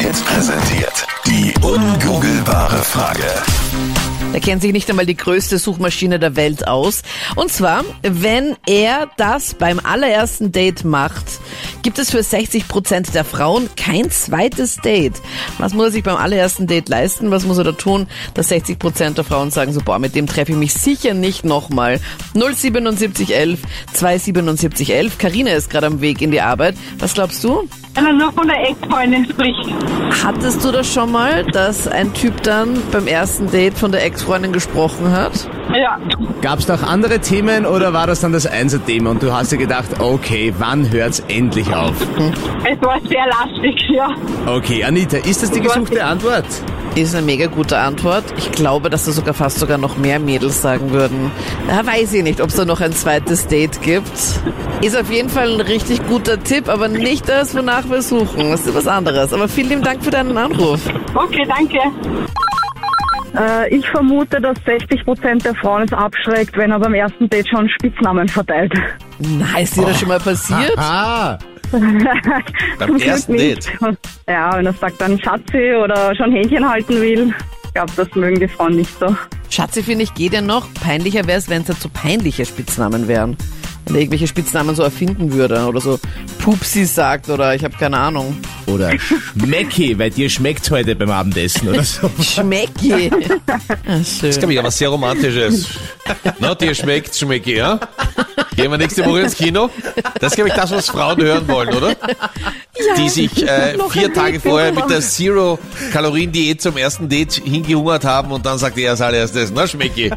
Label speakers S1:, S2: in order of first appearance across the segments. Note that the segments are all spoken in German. S1: Hits präsentiert die ungoogelbare Frage.
S2: Da kennt sich nicht einmal die größte Suchmaschine der Welt aus. Und zwar, wenn er das beim allerersten Date macht, gibt es für 60% der Frauen kein zweites Date. Was muss er sich beim allerersten Date leisten? Was muss er da tun, dass 60% der Frauen sagen, so boah, mit dem treffe ich mich sicher nicht nochmal. 07711 27711. Karina ist gerade am Weg in die Arbeit. Was glaubst du?
S3: Wenn er nur von der Ex-Freundin spricht.
S2: Hattest du das schon mal, dass ein Typ dann beim ersten Date von der Ex-Freundin gesprochen hat?
S3: Ja,
S4: Gab's noch andere Themen oder war das dann das Einser-Thema und du hast dir gedacht, okay, wann hört's endlich auf?
S3: es war sehr lastig, ja.
S4: Okay, Anita, ist das die gesuchte Antwort?
S2: Ist eine mega gute Antwort. Ich glaube, dass da sogar fast sogar noch mehr Mädels sagen würden. Da weiß ich nicht, ob es da noch ein zweites Date gibt. Ist auf jeden Fall ein richtig guter Tipp, aber nicht das, wonach wir suchen. Das ist was anderes. Aber vielen lieben Dank für deinen Anruf.
S3: Okay, danke.
S5: Äh, Ich vermute, dass 60 Prozent der Frauen es abschreckt, wenn er beim ersten Date schon Spitznamen verteilt.
S2: Na, ist dir das schon mal passiert?
S4: Ah,
S5: Beim ersten Date? Ja, wenn er sagt dann Schatzi oder schon Händchen halten will. Ich glaube, das mögen die Frauen nicht so.
S2: Schatzi, finde ich, geht ja noch. Peinlicher wäre es, wenn es dazu peinliche Spitznamen wären. Wenn er irgendwelche Spitznamen so erfinden würde oder so Pupsi sagt oder ich habe keine Ahnung.
S4: oder Schmecki, weil dir schmeckt's heute beim Abendessen oder so.
S2: Schmecki. Ah, schön.
S6: Das glaube ich aber sehr romantisches. Na, dir schmeckt, schmecke, ja? Gehen wir nächste Woche ins Kino? Das ist, glaube ich, das, was Frauen hören wollen, oder? Die sich äh, vier Tage vorher mit der Zero-Kalorien-Diät zum ersten Date hingehungert haben und dann sagt er als allererstes, na, schmecke.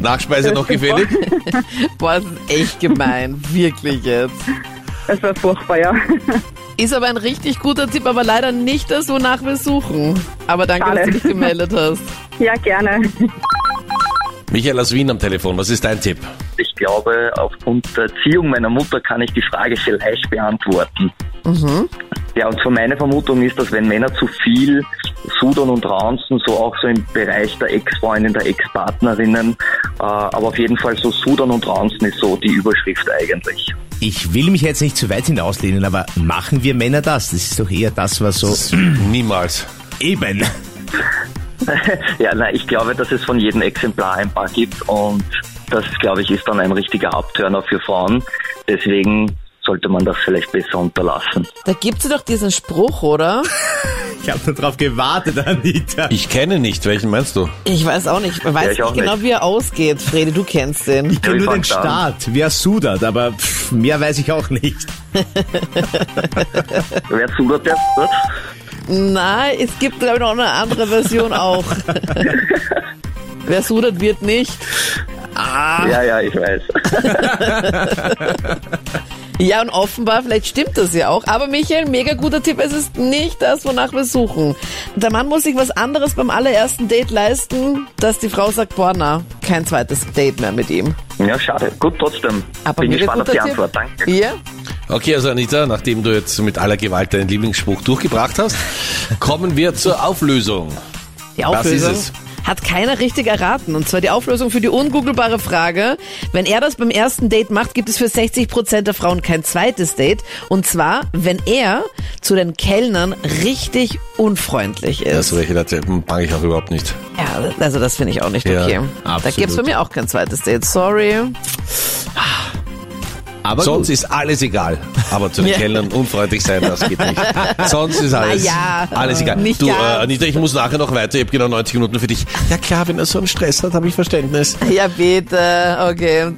S6: Nachspeise noch gefällig?
S2: Boah, das ist echt gemein. Wirklich jetzt.
S5: Das wäre furchtbar, ja.
S2: Ist aber ein richtig guter Tipp, aber leider nicht das, wonach wir suchen. Aber danke, dass du
S5: Schade.
S2: dich gemeldet hast.
S5: Ja, gerne.
S6: Michael aus Wien am Telefon, was ist dein Tipp?
S7: Ich glaube, aufgrund der Erziehung meiner Mutter kann ich die Frage vielleicht beantworten. Ja, und so meine Vermutung ist, dass wenn Männer zu viel sudern und ranzen, so auch so im Bereich der Ex-Freundin, der Ex-Partnerinnen, äh, aber auf jeden Fall so sudern und ranzen ist so die Überschrift eigentlich.
S4: Ich will mich jetzt nicht zu weit hinauslehnen, aber machen wir Männer das? Das ist doch eher das, was so
S6: Niemals.
S4: eben.
S7: Ja, nein, ich glaube, dass es von jedem Exemplar ein paar gibt und das, glaube ich, ist dann ein richtiger Abtörner für Frauen. Deswegen sollte man das vielleicht besser unterlassen.
S2: Da gibt's ja doch diesen Spruch, oder?
S4: Ich habe darauf gewartet, Anita.
S6: Ich kenne nicht, welchen meinst du?
S2: Ich weiß auch nicht. Man weiß
S7: Ja, ich auch
S2: nicht genau,
S7: nicht.
S2: wie er ausgeht. Fredi, du kennst den.
S4: Ich kenne
S7: Ja, wie
S4: nur den
S7: fangt's an?
S4: Start, wer sudert, aber pff, mehr weiß ich auch nicht.
S7: Wer sudert, der wird.
S2: Nein, es gibt, glaube ich, noch eine andere Version auch. Wer sudert, wird nicht.
S7: Ja, ja, ich weiß.
S2: Ja, und offenbar, vielleicht stimmt das ja auch. Aber Michael, mega guter Tipp, es ist nicht das, wonach wir suchen. Der Mann muss sich was anderes beim allerersten Date leisten, dass die Frau sagt, boah, na, kein zweites Date mehr mit ihm.
S7: Ja, schade. Gut, trotzdem.
S2: Aber
S7: Bin
S2: mega
S7: gespannt auf
S2: guter
S7: die
S2: Tipp.
S7: Antwort. Danke.
S2: Ja?
S6: Okay, also Anita, nachdem du jetzt mit aller Gewalt deinen Lieblingsspruch durchgebracht hast, kommen wir zur Auflösung.
S2: Die
S6: Was
S2: Auflösung
S6: ist
S2: hat keiner richtig erraten. Und zwar die Auflösung für die ungoogelbare Frage. Wenn er das beim ersten Date macht, gibt es für 60% der Frauen kein zweites Date. Und zwar, wenn er zu den Kellnern richtig unfreundlich ist.
S6: Also welche Leute mag ich auch überhaupt nicht.
S2: Ja, also das finde ich auch nicht
S6: Ja,
S2: okay. da
S4: absolut.
S2: gibt's bei mir auch kein zweites Date. Sorry.
S4: Aber
S6: Sonst
S4: gut.
S6: ist alles egal. Aber zu den
S2: Ja.
S6: Kellnern unfreundlich sein, das geht nicht. Sonst ist alles,
S2: Na ja,
S6: alles egal.
S2: nicht
S6: du, äh,
S2: ganz.
S6: Anita, ich muss nachher noch weiter. Ich habe genau 90 Minuten für dich. Ja klar, wenn er so einen Stress hat, habe ich Verständnis.
S2: Ja, bitte. Okay.